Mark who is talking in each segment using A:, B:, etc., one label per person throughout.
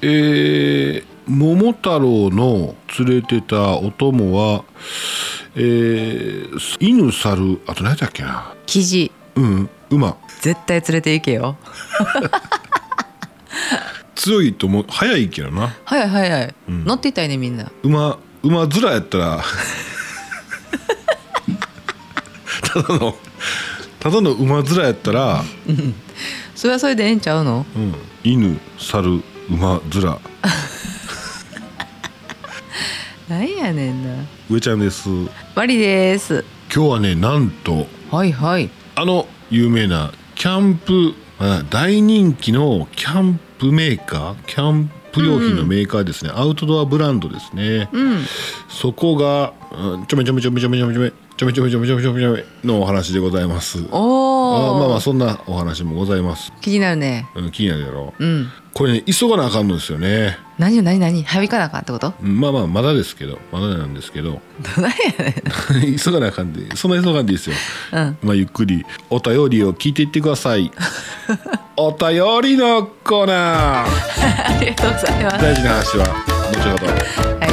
A: えー桃太郎の連れてたお供は、えー犬猿あと何だっけな
B: 記事
A: うん馬
B: 絶対連れて行けよ
A: 強いと思う早いけどな
B: はいはいはい、乗っていたいねみんな
A: 馬馬面やったらただのただの馬面やったら、
B: それはそれでええんちゃうの
A: うん、犬猿馬面
B: なんやねんな
A: 上ちゃんです今
B: マリです
A: 日はねなんと
B: はいはい
A: あの有名なキャンプあ大人気のキャンプメーカーキャンプ用品のメーカーですね、アウトドアブランドですね、
B: うん
A: そこが、うん、ちょめちょめちょめちょめちょめちょめちょめちょめちょめちょめちょめちょめのお話でございます
B: お
A: あ
B: お
A: まあまあそんなお話もございます、
B: 気になるね
A: うん、気になるやろ
B: うん
A: これね急がなあかんのですよね
B: 何よ何何はびかなあかんってこと
A: うんまあまあまだですけどまだなんですけど
B: どないやね
A: 急がなあかんでそんな急がんでいいですよ
B: んうん
A: まあゆっくりお便りを聞いていってくだ さいお便りのコーナー
B: ありがとうございます
A: 大事な話は後ほど
B: はい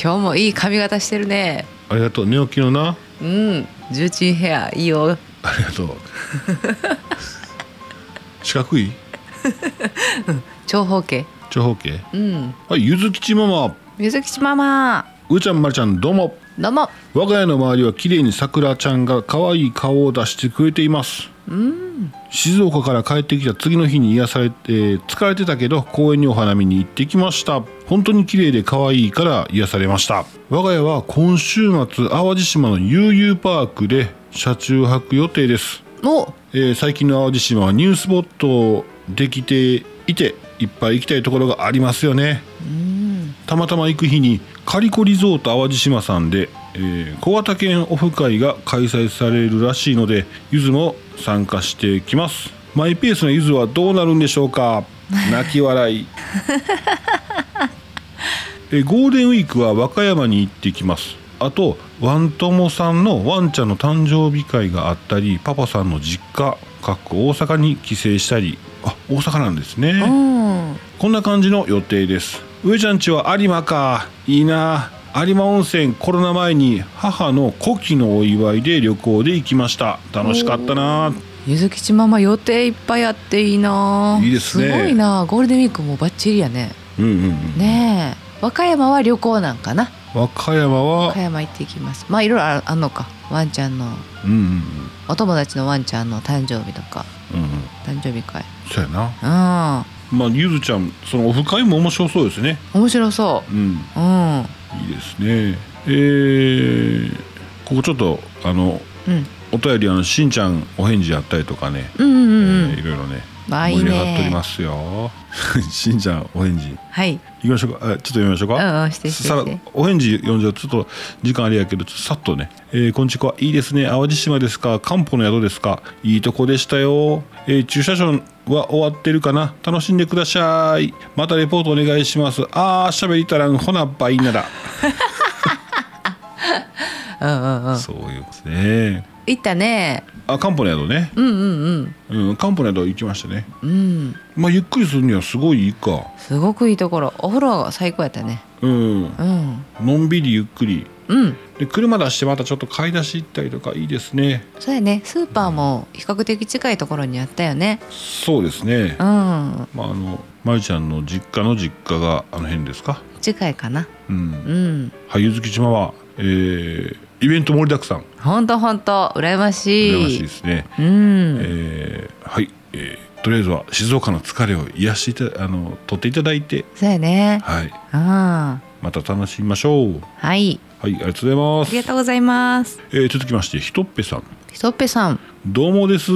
B: 今日もいい髪型してるね
A: ありがとう寝起きのな
B: うん重鎮ヘアいいよ
A: ありが とう四角い
B: 長方形
A: 長方形
B: うん
A: はいゆずきちママ
B: 水吉ママ
A: うーちゃんまるちゃんどうも
B: どうも
A: 我が家の周りは綺麗に桜ちゃんが可愛い顔を出してくれています静岡から帰ってきた次の日に癒されて、えー疲れてたけど公園にお花見に行ってきました本当に綺麗で可愛いから癒されました我が家は今週末淡路島の悠々パークで車中泊予定です
B: お
A: えー最近の淡路島はニュースポットできていていっぱい行きたいところがありますよねたまたま行く日にカリコリゾート淡路島さんで、えー小型犬オフ会が開催されるらしいのでゆずも参加してきますマイペースなゆずはどうなるんでしょうか泣き笑いえーゴールデンウィークは和歌山に行ってきますあとワントモさんのワンちゃんの誕生日会があったりパパさんの実家かっこ大阪に帰省したりあ大阪なんですね
B: うん
A: こんな感じの予定です上ちゃんちは有馬かいいな有馬温泉コロナ前に母の古希のお祝いで旅行で行きました楽しかったな
B: 水吉ママ予定いっぱいあっていいないい
A: いですね
B: すごいなゴールデンウィークもバッチリやね
A: うんうんうん
B: ねえ和歌山は旅行なんかな
A: 和歌山
B: 和
A: は
B: 歌山行ってきますまあいろいろああんのかワンちゃんの
A: うんうん
B: お友達のワンちゃんの誕生日とか
A: うんうんうん
B: 誕生日会
A: そうやな
B: う
A: まあゆずちゃんそのオフ会も面白そうですね
B: ん面白そ
A: うん
B: ううん
A: いいですねえー、ここちょっとあの
B: うん
A: お便りあのしんちゃんお返事あったりとかね、
B: うんうん
A: え
B: うんう
A: ーい
B: ん
A: ろいろね
B: まあい
A: 盛
B: い
A: り上がっており
B: ね
A: ますよ しんちゃんお返事
B: はい
A: 行きましょうかあちょっと読みましょう
B: う
A: か、
B: んうんしてして
A: さ
B: して
A: お返事読んじゃうとちょっと時間あれやけどちょっとさっとね「えー、こんちこはいいですね淡路島ですか漢方の宿ですかいいとこでしたよ、えー駐車場は終わってるかな楽しんでくださいまたレポートお願いしますあーしゃべりたらんほなバイなら」
B: うんうんう ん
A: そういうことですね
B: 行ったね
A: あ漢方の宿ね
B: うんうん
A: うん漢方の宿行きましたね
B: うんうん
A: まあゆっくりするにはすごいいいか
B: すごくいいところお風呂最高やったね
A: うん
B: うん
A: のんびりゆっくり
B: うん
A: で車出してまたちょっと買い出し行ったりとかいいですね
B: そうやねスーパーも比較的近いところにあったよね
A: そうですね
B: う
A: まあ、
B: ん
A: あの、まゆちゃんの実家の実家があの辺ですか。
B: 近いかな
A: うん。
B: うん
A: はい、ゆずき島は、えー、イベント盛りだくさん。
B: ほんとほんと羨ましい
A: 羨ましいですね。
B: う
A: え
B: ん
A: ーはい、えーとりあえずは静岡の疲れを癒していた、あの、取っていただいて。
B: そうやね
A: はい、
B: うんは
A: また楽しみましょう。
B: い
A: はい、ありがとうご
B: あ
A: ざ
B: り
A: います。
B: がとうございます
A: えー続きまして、ひとっぺさん。
B: ひとっぺさん
A: どうもです、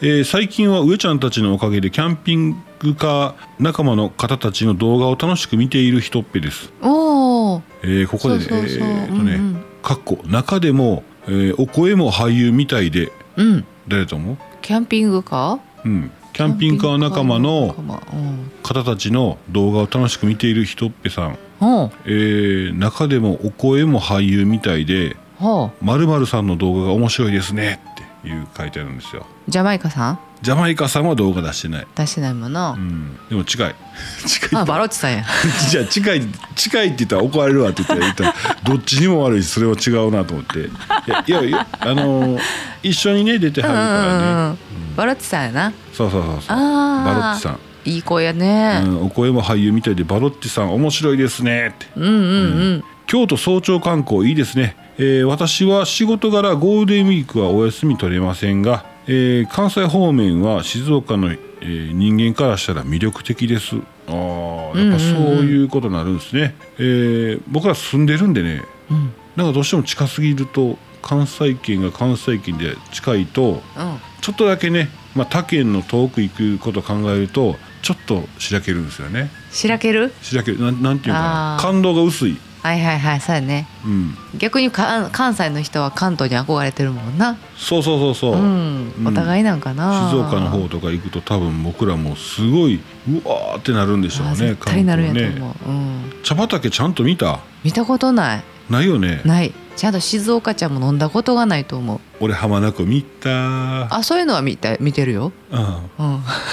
A: えー最近は上ちゃんたちのおかげでキャンピングカー仲間の方たちの動画を楽しく見ているひとっぺです
B: おお
A: えーここでね
B: そうそうそう
A: えーっとね、
B: うんうん
A: かっこ中でも、えーお声も俳優みたいで
B: うん
A: 誰だと思う、
B: キャンピングカー
A: うん、キャンピングカー仲間の
B: キャンピングカーの
A: 方たちの動画を楽しく見ているひとっぺさん、
B: 仲間うんうん
A: えー中でもお声も俳優みたいで
B: ほ
A: まるさんの動画が面白いですねっていう書いてあるんですよ
B: ジャマイカさん
A: ジャマイカさんは動画出してない、
B: 出してないもの
A: う。 ん、でも近い近い
B: あ、バロッチさんや。
A: じゃあ近い近いって言ったら怒られるわって言って言ったらどっちにも悪いしそれは違うなと思っていやいやいやあのー一緒にね出ては
B: う
A: る
B: んう
A: から
B: んう
A: ね
B: ん。バロッチさんやな。
A: そうそうそうそう
B: あ
A: バ
B: ー
A: ロッチさん
B: いい声やね。
A: うん、お声も俳優みたいでバロッチさん面白いですねって
B: うんうんうん。
A: 京都早朝観光いいですね、えー私は仕事柄ゴールデンウィークはお休み取れませんが、えー関西方面は静岡の、えー人間からしたら魅力的ですあーやっぱそういうことになるんですね、えー僕ら住んでるんでね
B: うん。
A: なんかどうしても近すぎると関西圏が関西圏で近いと
B: うん。
A: ちょっとだけね、まあ、他県の遠く行くことを考えるとちょっとしらけるんですよね
B: しらける
A: しらけるなんなんていうのかな
B: あー
A: 感動が薄い、
B: はいはいはい、そうやね。
A: うん、
B: 逆にか関西の人は関東に憧れてるもんな。
A: そうそうそうそう、
B: うん
A: う。ん
B: お互いなんかな。
A: 静岡の方とか行くと多分僕らもすごいうわーってなるんでしょう
B: あ
A: ね
B: 絶対なるんや
A: 観
B: と
A: 光ね
B: 思う。うん。
A: 茶畑ちゃんと見た
B: 見たことない。
A: ないよね
B: ない。ちゃんと静岡茶も飲んだことがないと思う。
A: 俺浜名湖見た
B: あ、そういうのは見た見てるよ。
A: うん、こ
B: うん。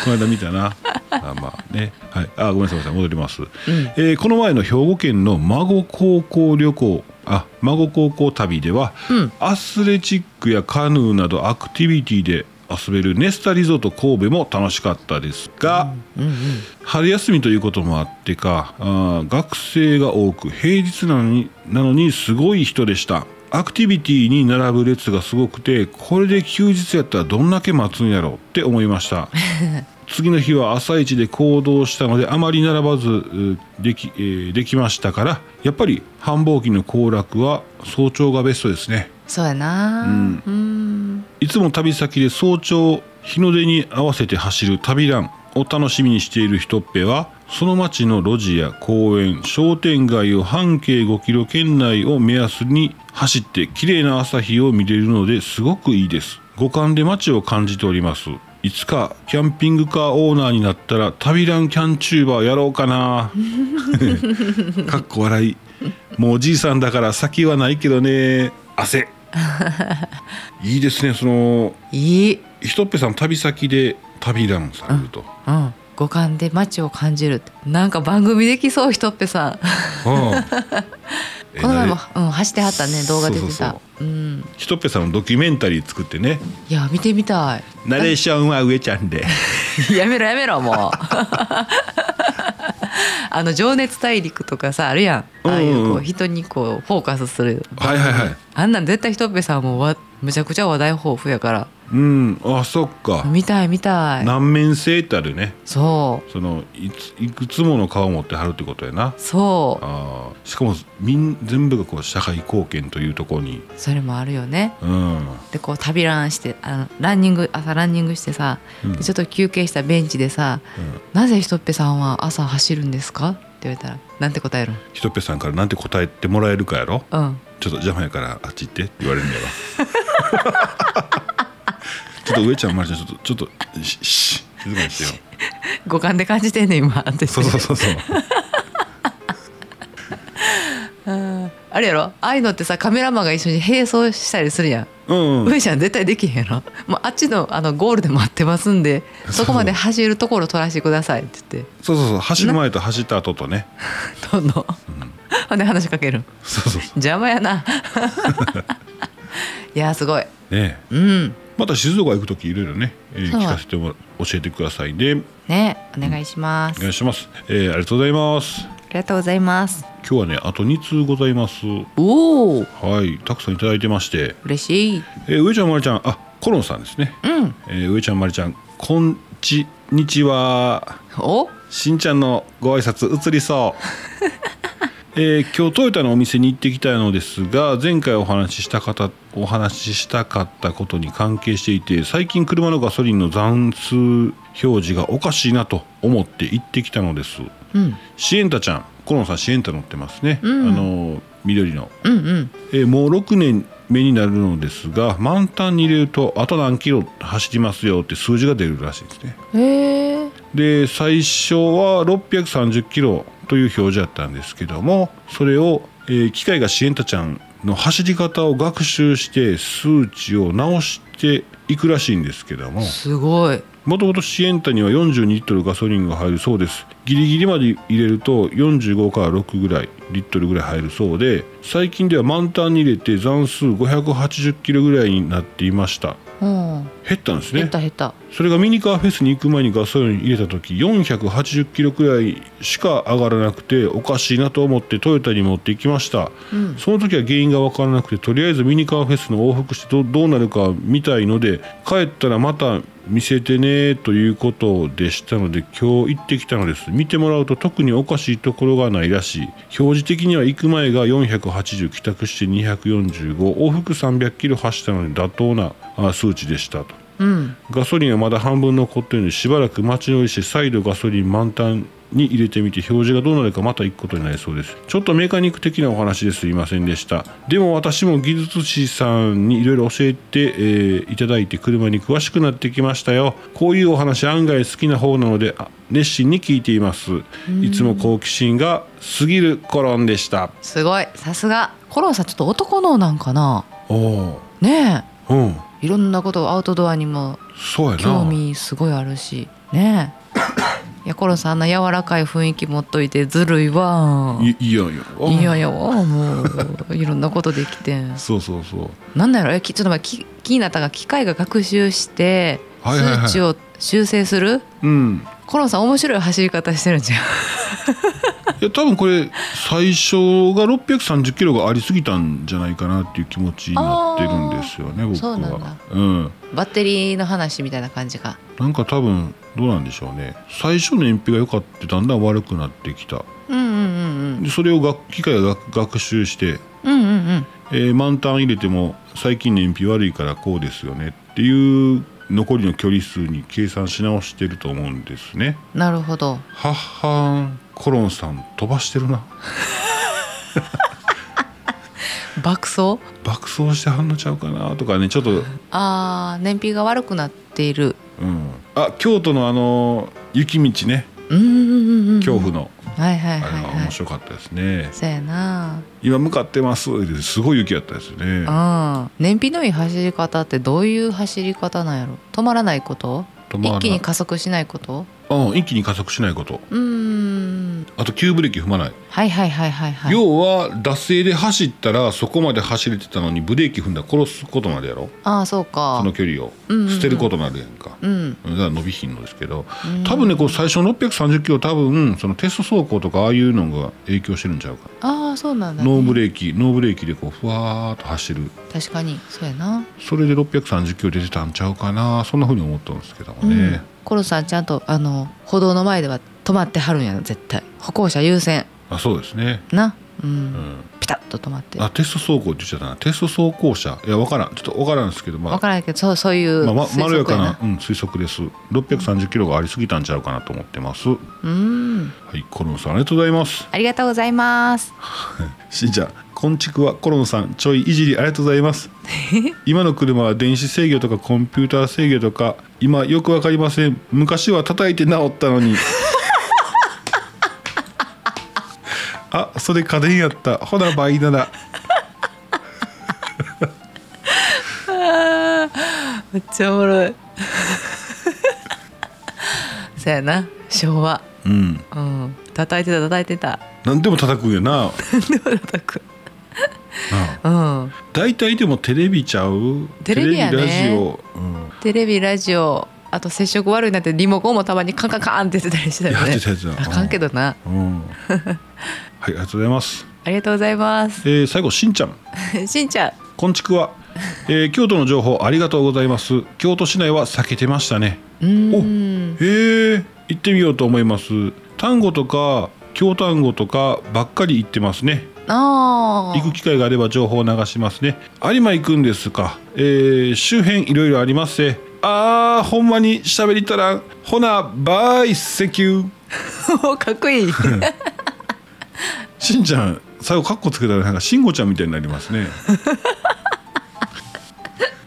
A: の間見たなあまあねはいあごめんなさいごめんなさい戻ります、
B: うん
A: えーこの前の兵庫県の孫高校旅行あ孫高校旅では、
B: うん
A: アスレチックやカヌーなどアクティビティで遊べるネスタリゾート神戸も楽しかったですが、
B: うんうん。
A: 春休みということもあってかあー学生が多く平日なのになのにすごい人でしたアクティビティに並ぶ列がすごくてこれで休日やったらどんだけ待つんやろうって思いました次の日は朝一で行動したのであまり並ばずうでき,、えーできましたからやっぱり繁忙期の行楽は早朝がベストですね
B: そうやな。
A: うん
B: うん。
A: いつも旅先で早朝日の出に合わせて走る旅ランを楽しみにしている人っぺはその町の路地や公園商店街を半径5キロ圏内を目安に走って綺麗な朝日を見れるのですごくいいです五感で街を感じておりますいつかキャンピングカーオーナーになったら旅ランキャンチューバーやろうかなかっこ笑いもうおじいさんだから先はないけどね汗いいですねその
B: いい。
A: ひとっぺさん旅先で旅ランされると、
B: うん。五感で街を感じるって。なんか番組できそうひとっぺさん。
A: うんえ
B: この前も
A: なれ、
B: うん、走ってはったね動画出てた
A: そうそう
B: うん、
A: ひとっぺさんのドキュメンタリー作ってね
B: いや見てみたい
A: ナレーションは上ちゃん で
B: やめろやめろ もうあの「情熱大陸」とかさあるやんああいう
A: うんうん
B: こ
A: うん
B: う人にこうフォーカスする
A: はいはいはい
B: あんなん絶対ひとっぺさんもわむちゃくちゃ話題豊富やから
A: うんあそっか、
B: 見たい見たい
A: 難面性ってあるね
B: そう
A: そのいついくつもの顔を持ってはるってことやな
B: そう
A: あーしかもみん全部がこう社会貢献というところに
B: それもあるよね
A: うん
B: でこう旅ランしてあのランニング朝ランニングしてさ、
A: うん
B: でちょっと休憩したベンチでさ
A: うん
B: 「なぜひとっぺさんは朝走るんですか?」って言われたらなんて答える
A: ひとっぺさんからなんて答えてもらえるかやろ
B: うん
A: ちょっと邪魔やからあっち行ってって言われるんだよ ちょっと上ちゃんまりちゃんちょっとちょっとしし静かにしてよ
B: 五感で感じてんね今って
A: そうそうそうそう
B: うんあれやろああいうのってさカメラマンが一緒に並走したりするやん、
A: うん、うん、
B: 上ちゃん絶対できへんやろもうあっちのあのゴールで待ってますんで そこまで走るところ取らせてくださいって言って
A: そうそうそう走る前と走った後とね
B: どんどん、ほんで話しかける
A: そうそうそ
B: 邪魔や ないやーすごいう
A: ねえ
B: うん
A: また静岡行く時いろいろね、えー
B: そう
A: 聞かせてもら教えてくださいね
B: ねお願いします、
A: お願いします、えーありがとうございます
B: ありがとうございます
A: 今日はねあと2通ございます
B: おお
A: はいたくさんいただいてまして、
B: 嬉しい
A: えー上ちゃんまりちゃんあコロンさんですね、
B: うん
A: えー上ちゃんまりちゃんこんちにちは
B: お
A: しんちゃんのご挨拶移りそう えー今日トヨタのお店に行ってきたのですが前回お話しした方お話ししたかったことに関係していて最近車のガソリンの残数表示がおかしいなと思って行ってきたのです
B: うん
A: シエンタちゃんコロンさんシエンタ乗ってますね、
B: うん
A: あの緑の
B: うんうん
A: えーもう6年目になるのですが満タンに入れるとあと何キロ走りますよって数字が出るらしいですね
B: へえ
A: で最初は630キロという表示だったんですけどもそれを、えー機械がシエンタちゃんの走り方を学習して数値を直していくらしいんですけども
B: すごい
A: もともとシエンタには42リットルガソリンが入るそうですギリギリまで入れると45から6ぐらいリットルぐらい入るそうで最近では満タンに入れて残数580キロぐらいになっていました
B: うん
A: 減ったんです
B: 減
A: ね
B: った減った
A: それがミニカーフェスに行く前にガソリン入れた時480キロくらいしか上がらなくておかしいなと思ってトヨタに持って行きました、
B: うん
A: その時は原因が分からなくてとりあえずミニカーフェスの往復してどどうなるか見たいので帰ったらまた見せてねということでしたので今日行ってきたのです見てもらうと特におかしいところがないらしい表示的には行く前が480帰宅して245往復300キロ走ったので妥当なあ数値でしたと
B: うん
A: ガソリンはまだ半分残っているのでしばらく待ち乗りして再度ガソリン満タンに入れてみて表示がどうなるかまた行くことになりそうですちょっとメカニック的なお話ですいませんでしたでも私も技術士さんにいろいろ教えて、えーいただいて車に詳しくなってきましたよこういうお話案外好きな方なのであ熱心に聞いていますいつも好奇心が過ぎるコロンでした
B: すごいさすがコロンさんちょっと男のなんかな
A: おお
B: ね
A: うん
B: えいろんなことアウトドアにも
A: そうやな
B: 興味すごいあるし ねえいやコロンさんあんな柔らかい雰囲気持っといてずるいわ
A: いいやいやあ
B: いやいやもういろんなことできてん
A: そうそうそう
B: なんだろうえきちょっと前き気になったが機械が学習して
A: はいはいはい
B: 数値を修正する、
A: うん
B: コロンさん面白い走り方してるんじゃん
A: いや多分これ最初が630キロがありすぎたんじゃないかなっていう気持ちになってるんですよね僕は
B: そうなんだ
A: うん
B: バッテリーの話みたいな感じが
A: なんか多分どうなんでしょうね最初の燃費が良かってだんだん悪くなってきた
B: うんうんうん
A: でそれを学機械が学学習して、
B: うんうんうんうん
A: えー満タン入れても最近燃費悪いからこうですよねっていう残りの距離数に計算し直してると思うんですね
B: なるほど
A: はっはんコロンさん飛ばしてるな
B: 爆走
A: 爆走してはんのちゃうかなとかねちょっと
B: あー燃費が悪くなっている
A: うん、あ京都のあの雪道ね
B: うんうんうんうん
A: 恐怖の、
B: はいはい
A: あ
B: は
A: れ
B: い
A: は
B: は
A: 面
B: い
A: 白かったですね、
B: そうやな
A: 今向かってますすごい雪やったですね
B: うん燃費のいい走り方ってどういう走り方なんやろ止まらないこと
A: 止まらな
B: 一
A: い
B: 気に加速しないこと
A: うん、一気に加速しないこと
B: うーん
A: あと急ブレーキ踏まない、
B: はいはいはいはいはい
A: 要は惰性で走ったらそこまで走れてたのにブレーキ踏んだら殺すことまでやろ
B: ああそう
A: そ
B: か
A: の距離を
B: うんうんうん
A: 捨てることになるやんか、
B: うん
A: だから伸びひんのですけど
B: うん
A: 多分ねこう最初の630キロ多分そのテスト走行とかああいうのが影響してるんちゃうか
B: ああそうなんだ、ね、
A: ノーブレーキノーブレーキでこうふわーっと走る
B: 確かにそうやな、
A: それで630キロ出てたんちゃうかなそんな風に思ったんですけどもね、
B: うんコロさんちゃんとあの歩道の前では止まってはるんやな絶対歩行者優先
A: あそうですね、
B: なう、
A: うんん、
B: ピタッと止まって
A: あテスト走行って言っちゃったなテスト走行車いやわからんちょっとわからんですけどま
B: わ
A: あ
B: からないけどそうそういう
A: まあま
B: 推
A: まろや
B: 測
A: か
B: やな、
A: な、うん、推測です630キロがありすぎたんちゃうかなと思ってますは
B: うん
A: いコロンさんありがとうございます
B: ありがとうございます
A: しんちゃんこんちくはコロンさんちょいいじりありがとうござい ます今の車は電子制御とかコンピューター制御とか今よくわかりません昔は叩いて治ったの にあそれ家電やったほな倍なら
B: めっちゃおもろいそうやな昭和
A: うん
B: うん叩いてた叩いてた
A: 何でも叩くんやな
B: でも叩く
A: なあ
B: うん
A: 大体でもテレビちゃう
B: テレビやね
A: テレラジオ、うん、
B: テレビラジオあと接触悪いなってリモコンもたまにカンカンカンって言ってたりしてたよね
A: やってたやつだ
B: あかんけどな
A: うん、はいありがとうございます、
B: ありがとうございます。
A: えー最後しんちゃん
B: しんちゃん。
A: こんちくは、えー京都の情報ありがとうございます京都市内は避けてましたね
B: うー
A: へ
B: ん。
A: え行ってみようと思います単語とか京単語とかばっかり行ってますね
B: ああ。
A: 行く機会があれば情報を流しますね有馬行くんですか、えー周辺いろいろありますねあーほんまに喋りたらんほなバイセキュー
B: かっこ いい。
A: しんちゃん最後カッコつけたらなんかしんごちゃんみたいになります ね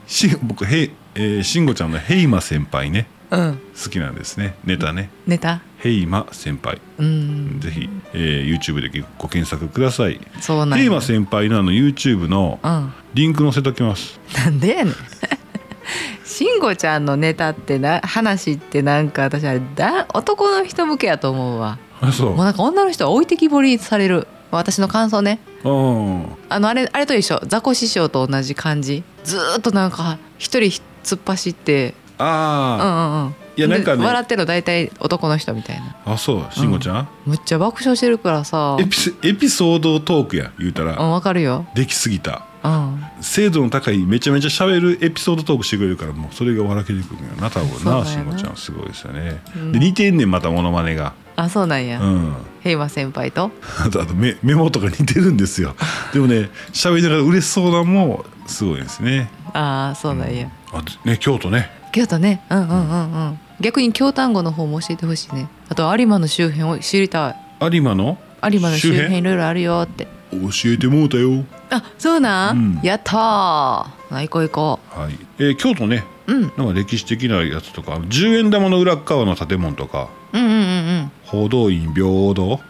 A: し僕へい、えー、しんごちゃんのヘイマ先輩ね
B: うん。
A: 好きなんですねネタね
B: ネタ。
A: ヘイマ先輩
B: うん。
A: ぜひ、えー YouTube でご検索ください
B: そうなんや
A: ヘイマ先輩のあの YouTube の
B: うん。
A: リンク載せときます
B: なんでやねん。 慎吾ちゃんのネタってな話ってなんか私あれだ男の人向けやと思うわ
A: あそ
B: もうなんか女の人は置いてきぼりされる私の感想ね
A: ううん
B: あのあれあれと一緒ザコ師匠と同じ感じずーっとなんか一人突っ走ってうんう
A: ああ、
B: んうん
A: いやなんかね
B: で笑ってるの大体男の人みたいな
A: あそう慎吾ちゃん、
B: むっちゃ爆笑してるからさ
A: エピソエピソードトークや言うたら、
B: うんわかるよ
A: できすぎた
B: うん
A: 精度の高いめちゃめちゃ喋るエピソードトークしてくれるからもうそれが笑けてくるんやな多分
B: そうだよ
A: な
B: な
A: 慎吾ちゃんすごいですよね、
B: うん
A: で似てんねんまたモノマネが
B: あそうなんや、
A: うん
B: 平和先輩と
A: あとあとメメモとか似てるんですよ でもね喋りながら嬉しそうなんもすごいですね
B: ああそうなんや、
A: あとね京都ね
B: 京都ねうんうんうんうん逆に京丹後の方も教えてほしいねあと有馬の周辺を知りたい
A: 有馬の
B: 有馬の周
A: 周
B: 辺
A: 辺
B: いろいろあるよって
A: 教えてもうたよ
B: あそうなん、
A: うん
B: やったーあ行こう行こ
A: はい、えー京都ね
B: う、うん、うん
A: なんか歴史的なやつとか10円玉の裏っ側の建物とか
B: うんうんうん
A: 報道院平等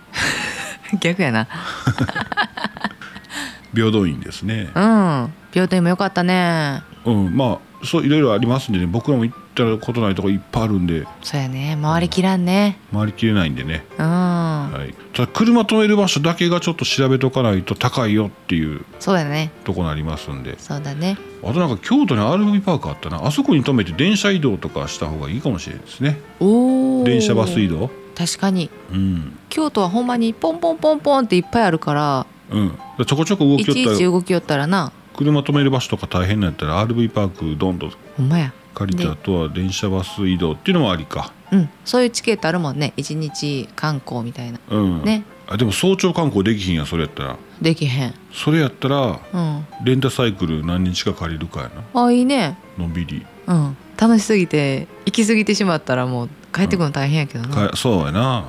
B: 逆やな
A: 平等院ですね
B: うん病棟もよかったね
A: うんまあそういろいろありますんでね僕らも行ったことないとこいっぱいあるんで
B: そうやね回りきらんね
A: 回りきれないんでね、
B: うん、
A: はい、ただ車止める場所だけがちょっと調べとかないと高いよっていう
B: そうだね
A: とこになりますんで
B: そうだね
A: あとなんか京都に RV パークあったなあそこに止めて電車移動とかした方がいいかもしれないですね
B: おお
A: 電車バス移動
B: 確かに
A: うん
B: 京都はほんまにポンポンポンポンっていっぱいあるから
A: うん、だからちょこちょこ動
B: い
A: きよ
B: ち
A: っ
B: いち
A: たら
B: 動きよったらな
A: 車止める場所とか大変なんやったら RV パークどんどん
B: ほんまや
A: 借りて
B: ね
A: あとは電車バス移動っていうのもありか
B: うん、そういうチケットあるもんね一日観光みたいな
A: うん、
B: ね
A: あでも早朝観光できひんやそれやったら
B: できへん
A: それやったら
B: うん
A: レンタサイクル何日か借りるかや
B: あいいね
A: なのんびり
B: うん楽しすぎて行き過ぎてしまったらもう帰ってくるの大変やけどな、
A: かそうやな、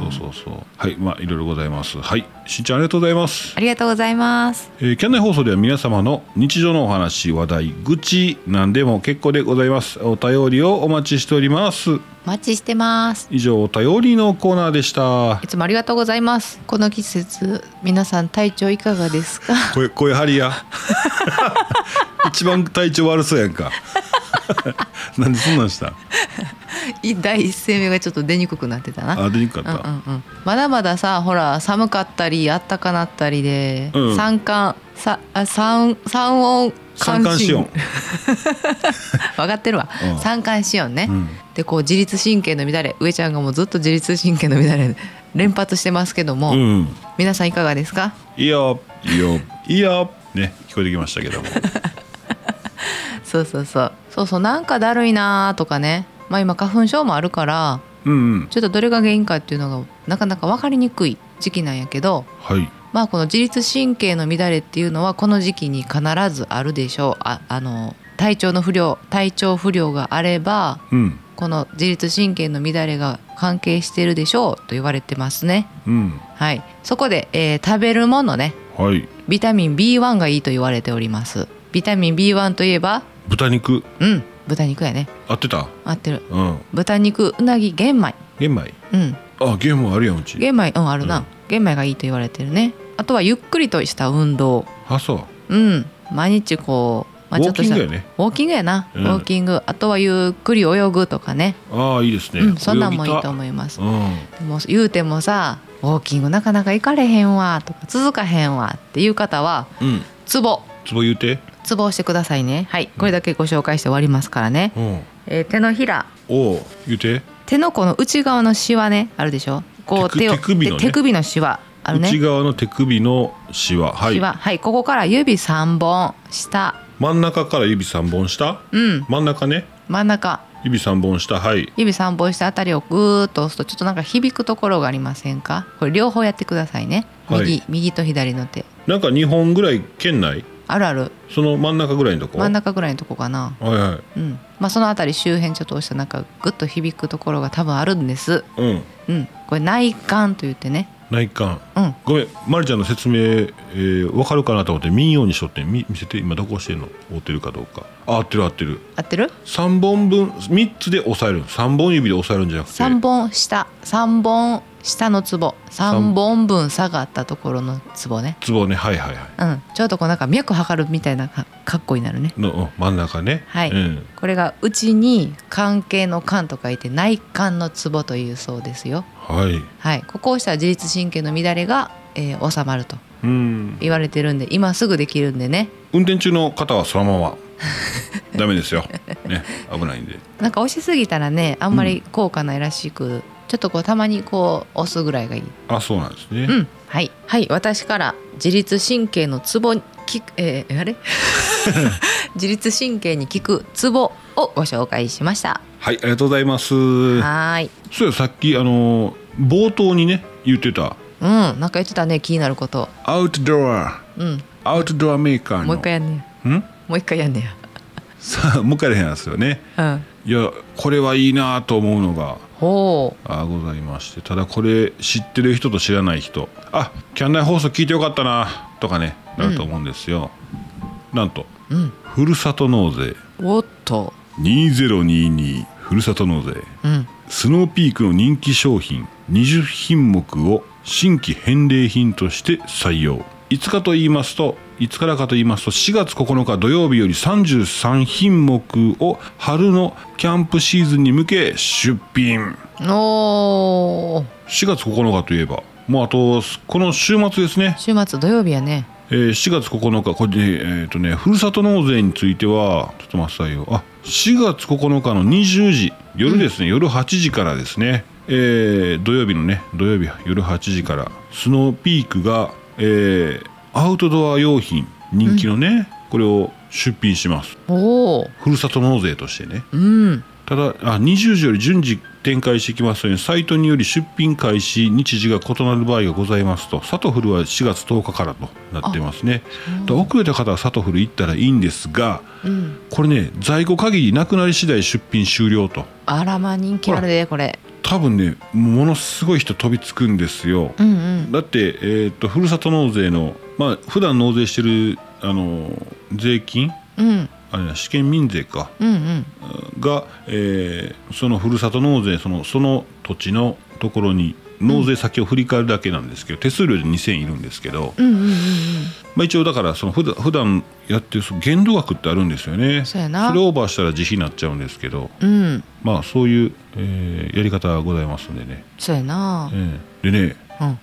B: う
A: そ
B: ん
A: うそうそうはいまあいろいろございますはいしんちゃんありがとうございます、
B: ありがとうございます
A: えー、キャンナイ放送では皆様の日常のお話話題愚痴何でも結構でございますお便りをお待ちしております
B: お待ちしてます
A: 以上お便りのコーナーでした
B: いつもありがとうございますこの季節皆さん体調いかがですか
A: 声声張りや 一番体調悪そうやんか なんでそんなんしたん
B: い第一声目がちょっと出にくくなってたな
A: あ出にく
B: うん
A: か
B: う
A: っ
B: ん
A: た、
B: うん、まだまださほら寒かったりあったかなったりで、
A: うん
B: 三寒さあ三三温
A: 三寒四温
B: 分かってる わ、
A: うん
B: 三寒四温ね、
A: うん
B: でこう自律神経の乱れ上ちゃんがもうずっと自律神経の乱れ連発してますけども、
A: うん
B: 皆さんいかがですか
A: いいよいいよいいよね聞こえてきましたけ ども
B: そうそうそうそうそうなんかだるいなーとかねまあ今花粉症もあるから
A: うんうん
B: ちょっとどれが原因かっていうのがなかなか分かりにくい時期なんやけど
A: はい
B: まあこの自律神経の乱れっていうのはこの時期に必ずあるでしょうああの体調の不良体調不良があれば
A: うん
B: この自律神経の乱れが関係してるでしょうと言われてますね
A: うん
B: はいそこで、えー食べるものね
A: はい
B: ビタミン B1 がいいと言われておりますビタミン B1 といえば
A: 豚肉
B: うん豚肉やね
A: 合ってた
B: 合ってる
A: うん
B: 豚肉うなぎ玄米
A: 玄米
B: うん
A: あ玄米あるやんうち
B: 玄米うんあるな、
A: うん
B: 玄米がいいと言われてるねあとはゆっくりとした運動
A: あそう
B: うん毎日こう、まあ、
A: ウ
B: ち
A: ォ
B: ょ
A: ー
B: っと
A: キ
B: し
A: ン
B: た
A: グやね
B: ウォーキングやな、
A: うん
B: ウォーキングあとはゆっくり泳ぐとかね、
A: ああいいですね、
B: うん、そんなんもいい
A: う
B: と思います
A: うん
B: もう言うてもさウォーキングなかなか行かれへんわとか続かへんわっていう方は
A: うん
B: ツボ
A: つぼ言うて
B: ツボをしてくださいねはいこれだけご紹介して終わりますからね、
A: うん
B: えー手のひら
A: おう言うて
B: 手のこの内側のシワねあるでしょこう
A: 手
B: 手を
A: 手首のね
B: 手首のシワあるね
A: 内側の手首のシワはい
B: シワはいここから指3本下
A: 真ん中から指3本下
B: うん
A: 真ん中ね
B: 真ん中
A: 指3本下はい
B: 指3本下あたりをぐーっと押すとちょっとなんか響くところがありませんかこれ両方やってくださいね
A: はい
B: 右、右と左の手
A: なんか2本ぐらい圏内
B: あるある
A: その真ん中ぐらいのとこ
B: 真ん中ぐらいのとこかな
A: はいはい
B: うんまあそのあたり周辺ちょっと押したなんかグッと響くところが多分あるんです
A: うん
B: うんこれ内眼と言ってね
A: 内観
B: うん
A: ごめん、ま、るちゃんの説明、えー、分かるかなと思って民謡にしとってみ見せて今どこ押してんの合ってるかどうかあ合ってる合ってる
B: 合ってる
A: 3本分3つで押さえる3本指で押さえるんじゃなくて
B: 3本下3本下の壺3本分下があったところの壺ね
A: 壺ねはいはいは
B: うんちょっとこうなんか脈測るみたいなか格好になるね
A: いのうん真ん中ね
B: はい
A: うん、
B: これがうちに関係の関と書いて内関の壺というそうですよ
A: はい
B: はいここをしたら自律神経の乱れが、えー収まると
A: うん
B: 言われてるんで今すぐできるんでね
A: 運転中の方はそのま まダメですよ、ね、危ないんで
B: なんか押しすぎたらねあんまり効果ないらしく、ちょっとこうたまにこう押すぐらいがいい
A: あそうなんですね、
B: うんはいはい私から自律神経のツボに効くえーあれ 自律神経に効くツボをご紹介しました
A: はいありがとうございます
B: はーい
A: そうやさっきあの冒頭にね言ってた
B: うんなんか言ってたね気になること
A: アウトドア
B: うん
A: アウトドアメーカーの
B: もう一回やんねや
A: ん
B: もう一回やんね
A: さあ向かれへんなんですよね
B: やうん
A: いやこれはいいなと思うのが
B: ほ
A: あございましてただこれ知ってる人と知らない人あキャンナイ放送聞いてよかったなとかねなると思うんですよ、なんと
B: ううん
A: ふるさと納税
B: おっと
A: 2022ふるさと納税
B: うん
A: スノーピークの人気商品20品目を新規返礼品として採用いつかと言いますといつからかと言いますと4月9日土曜日より33品目を春のキャンプシーズンに向け出品
B: おー
A: 4月9日といえばもうあとこの週末ですね、
B: 週末土曜日やね
A: えー4月9日これで、えーとねふるさと納税についてはちょっと待ってくださいよあ4月9日の20時夜ですね、夜8時からですね、えー土曜日のね土曜日夜8時からスノーピークが、えーアウトドア用品人気のね、これを出品します
B: おお
A: ふるさと納税としてね
B: うん
A: ただあ20時より順次展開していきますのでサイトにより出品開始日時が異なる場合がございますとサトフルは4月10日からとなってますねだ遅れた方はサトフル行ったらいいんですが
B: うん
A: これね在庫限りなくなり次第出品終了と
B: あらまあ人気あるでこれ
A: 多分ねものすごい人飛びつくんですよ
B: うんうん
A: だって、えー、とふるさと納税のまあ普段納税してるあの税金
B: うん
A: あれだ試験民税か
B: うんうん
A: が、えーそのふるさと納税そのその土地のところに納税先を振り返るだけなんですけど、手数料で2,000いるんですけど、
B: うんうんうんうん
A: まあ、一応だからその普段普段やってるその限度額ってあるんですよね
B: そうやな
A: れをオーバーしたら自費になっちゃうんですけど
B: うん
A: まあそういう、えーやり方がございますんでね、
B: そうやな
A: ええでね
B: うん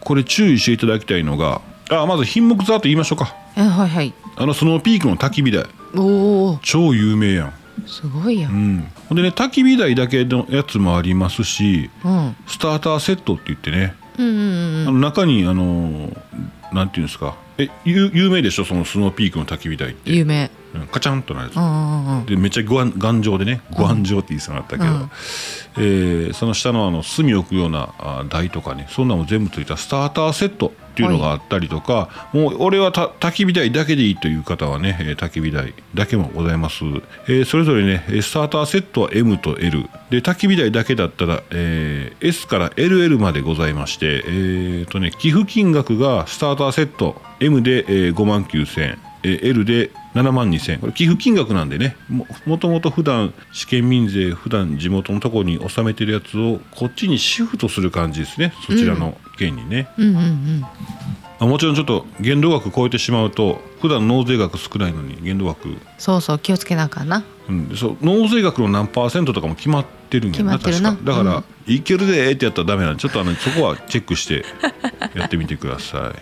A: これ注意していただきたいのがあまず品目ざっと言いましょうか
B: えはいはい
A: あのスノーピークの焚き火台
B: おお
A: 超有名やん
B: すごいや
A: うんんほんでね焚き火台だけのやつもありますし
B: うん
A: スターターセットって言ってね、
B: うん
A: あ
B: うんうん
A: の中にあのーなんていうんですかえ有有名でしょそのスノーピークの焚き火台って、
B: 有名
A: うんカチャンとなるやつ
B: うんうんうん
A: でめっちゃごわん頑丈でねご頑丈って言いそうになったけど、
B: うん
A: えーその下のあの炭置くようなあ台とかねそんなのも全部ついたスターターセットっていうのがあったりとか、もう俺はた焚き火台だけでいいという方はね、えー焚き火台だけもございます、えーそれぞれねえースターターセットは M と L で焚き火台だけだったら、えー S から LL までございまして、えーとね、寄付金額がスターターセット M で、え5万9000円えー L で7万2000これ寄付金額なんでねももともと普段試験民税普段地元のところに納めてるやつをこっちにシフトする感じですねそちらの県にね、
B: うんうん
A: あもちろんちょっと限度額超えてしまうと普段納税額少ないのに限度額、
B: そうそう気をつけなあかんな
A: うん、そう納税額の何パーセントとかも決まってるんやな
B: 決まってるな
A: 確かだから、
B: うん
A: いけるでーってやったらダメなんでちょっとあのそこはチェック してやってみてくださ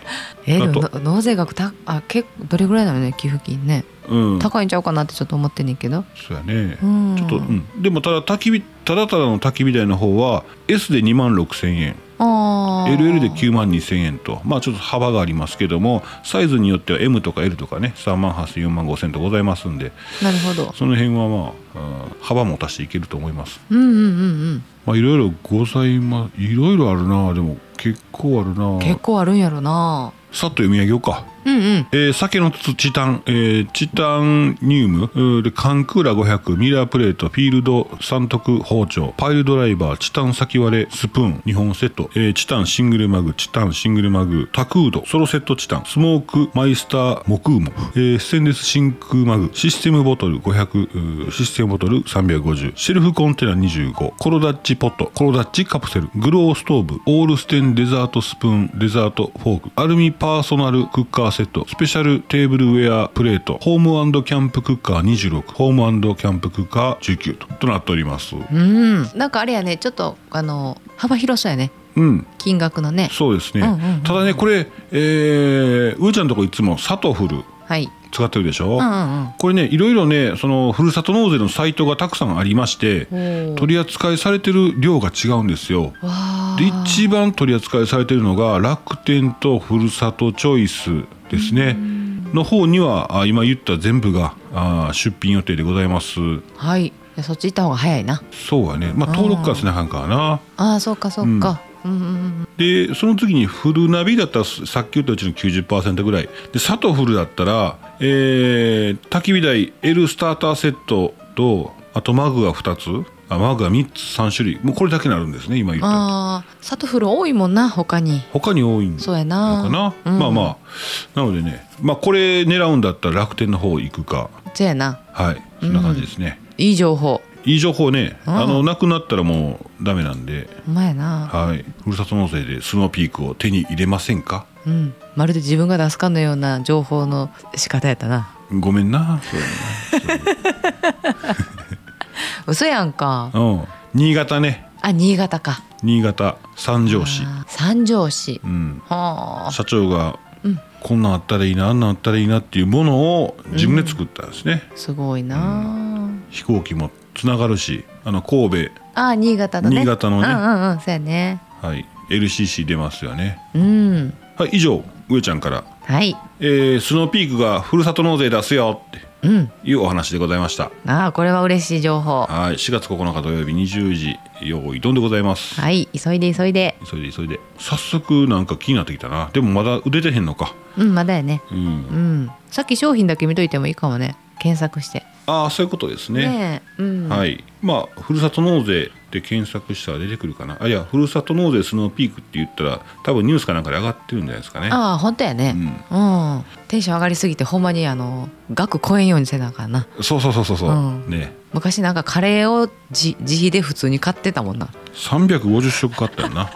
B: えー、でも
A: あ
B: の納税額たあ結構どれぐらいなのね寄付金ね
A: いうん
B: 高いんちゃうかなってちょっと思ってんねんけど
A: そうやね、
B: うん
A: ちょっと、うん、でもただ焚き火ただただの焚き火台の方は S で2万6,000円
B: あー
A: LL で9万2,000円とまあちょっと幅がありますけどもサイズによっては M とか L とかね3万8,000,4万5,000とございますんで
B: なるほど
A: その辺はまあ、うん幅も足していけると思います。
B: うんうんうん
A: まあいろいろございますいろいろあるなでも結構あるな
B: うん結構あるんやろな
A: さっと読み上げようか。
B: うんうん
A: えー酒のつチタン、えーチタンニウム、えーでカンクーラ500、ミラープレート、フィールド三徳包丁、パイルドライバー、チタン先割れ、スプーン、2本セット、えーチタンシングルマグ、チタンシングルマグ、タクード、ソロセットチタン、スモーク、マイスター、モクーモ、えーステンレス真空マグ、システムボトル500、うーシステムボトル350、シェルフコンテナ25、コロダッチポット、コロダッチカプセル、グローストーブ、オールステンデザートスプーン、デザートフォーク、アルミパーソナルクッカーセット、スペシャルテーブルウェアプレート、ホームキャンプクッカー26、ホームキャンプクッカー19ととなっております。
B: うんなんかあれやねちょっとあの幅広そうやね
A: うん、
B: 金額のね
A: そうですね。
B: うんうんうんうん
A: ただね、これ、えー、うーちゃんのとこいつもサトフル
B: はい
A: 使ってるでしょ、
B: うんうん
A: これねいろいろねそのふるさと納税のサイトがたくさんありまして
B: うん
A: 取り扱いされてる量が違うんですよ。
B: わあ
A: で一番取り扱いされてるのが楽天とふるさとチョイスですね。の方にはあ今言った全部があ出品予定でございます。
B: はいいやそっち行った方が早いな
A: そうやね、まあ、登録はせなあかんからな。
B: ああそうかそうか、うん、うんうん
A: でその次にフルナビだったらすさっき言ったうちの90%ぐらいでサトフルだったら、えー、焚き火台 L スターターセットとあとマグが2つあマグが3つ3種類もうこれだけになるんですね今言った
B: ああサトフル多いもんな他に
A: 他に多いんの
B: そうやな
A: かな、
B: うん
A: まあまあなのでね、まあ、これ狙うんだったら楽天の方行くか
B: そうやな
A: はいそんな感じですね、
B: いい情報
A: いい情報ね、
B: うん
A: あのなくなったらもうダメなんで、
B: ほんまやな
A: はい、ふるさと納税でスノーピークを手に入れませんか
B: うんまるで自分が出すかのような情報の仕方やったな
A: ごめんなそうやな
B: 嘘やんか
A: うん、新潟ね
B: あ新潟か
A: 新潟三条市、
B: あー三条市
A: うん、
B: はあ
A: 社長が、
B: うん
A: こんなんあったらいいなあんなんあったらいいなっていうものを自分で作ったんですね、
B: すごいな
A: 飛行機もつながるしあの神戸、
B: あー新潟だね
A: 新潟のね
B: うんうんうんそうやね
A: はい、LCC 出ますよね
B: うん
A: はい以上上ちゃんから、
B: はい
A: えースノーピークがふるさと納税出すよ」って
B: うん
A: いうお話でございました
B: ああこれは嬉しい情報
A: はい4月9日土曜日20時用意どんでございます、
B: はい急いで急いで
A: 急いで急いで早速なんか気になってきたなでもまだ出てへんのか
B: うんまだやね
A: うん
B: うんさっき商品だけ見といてもいいかもね検索して
A: ああそういうことですね
B: ねえうん
A: はいまあふるさと納税で検索したら出てくるかなあいやふるさと納税スノーピークって言ったら多分ニュースかなんかで上がってるんじゃないですかね
B: ああ本当やねうん、テンション上がりすぎてほんまにあの額超えんようにせなあかんな
A: そうそうそうそうそう、
B: うん
A: ね
B: 昔なんかカレーを自自費で普通に買ってたもんな
A: 350食買ったよな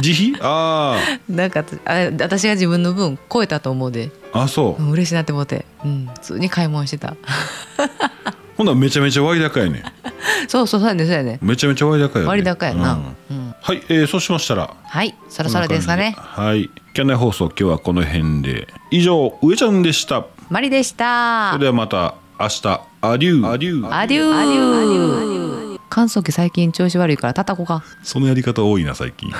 A: 自費あ
B: なんかあ私が自分の分超えたと思うで、
A: ああそう
B: う、ん、嬉しいなって思って、うん、普通に買い物してた
A: ほんならめちゃめちゃ割高やね
B: そうそうそうやねそうやね
A: めちゃめちゃ割高やね
B: 割高や
A: う、
B: なんうん
A: はい、えーそうしましたら
B: はいそ
A: そ
B: ろそろですかね
A: んな感じはいキャンナイ放送今日はこの辺で以上上ちゃんでした
B: マリでした
A: それではまた明日アデューアデュー
B: アデュー乾燥機最近調子悪いから叩こうか
A: そのやり方多いな最近